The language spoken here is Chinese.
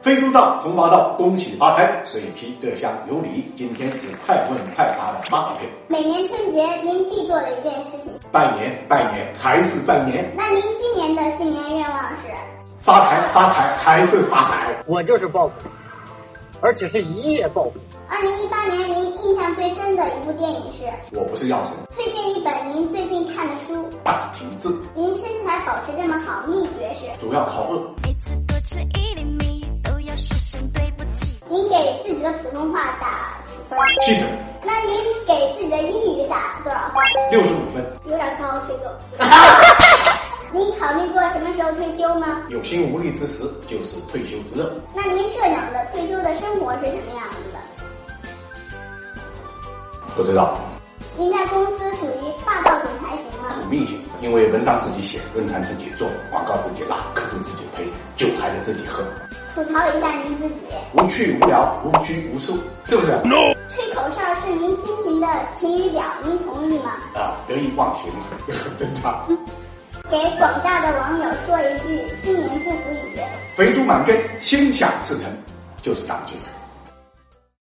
飞猪到，红毛到，恭喜发财！水皮这厢有礼，今天是快问快答的八卦篇。每年春节您必做的一件事情，拜年，拜年，还是拜年，那您今年的新年愿望是？发财，发财，还是发财。我就是报复，而且是一夜报复。二零一八年您印象最深的一部电影是？我不是药神，推荐一本您最近看的书。大体质，您身材保持这么好，秘诀是？主要靠饿。每次多吃一厘米，都要说声对不起。您给自己的普通话打几分？七成，那您给自己的英语打多少分？六十五分，有点高，水 狗。您考虑过什么时候退休吗？有心无力之时就是退休之乐。那您设想的退休的生活是什么样子的？不知道，您在公司属于霸道总裁型吗？苦命型，因为文章自己写，论坛自己做，广告自己拉，客户自己陪，酒还得自己喝，吐槽一下您自己，无趣无聊，无拘无束，是不是？吹口哨是您心情的晴雨表，您同意吗？啊，得意忘形嘛，这很正常。给广大的网友说一句新年祝福语。肥猪满街，心想事成，就是当记者。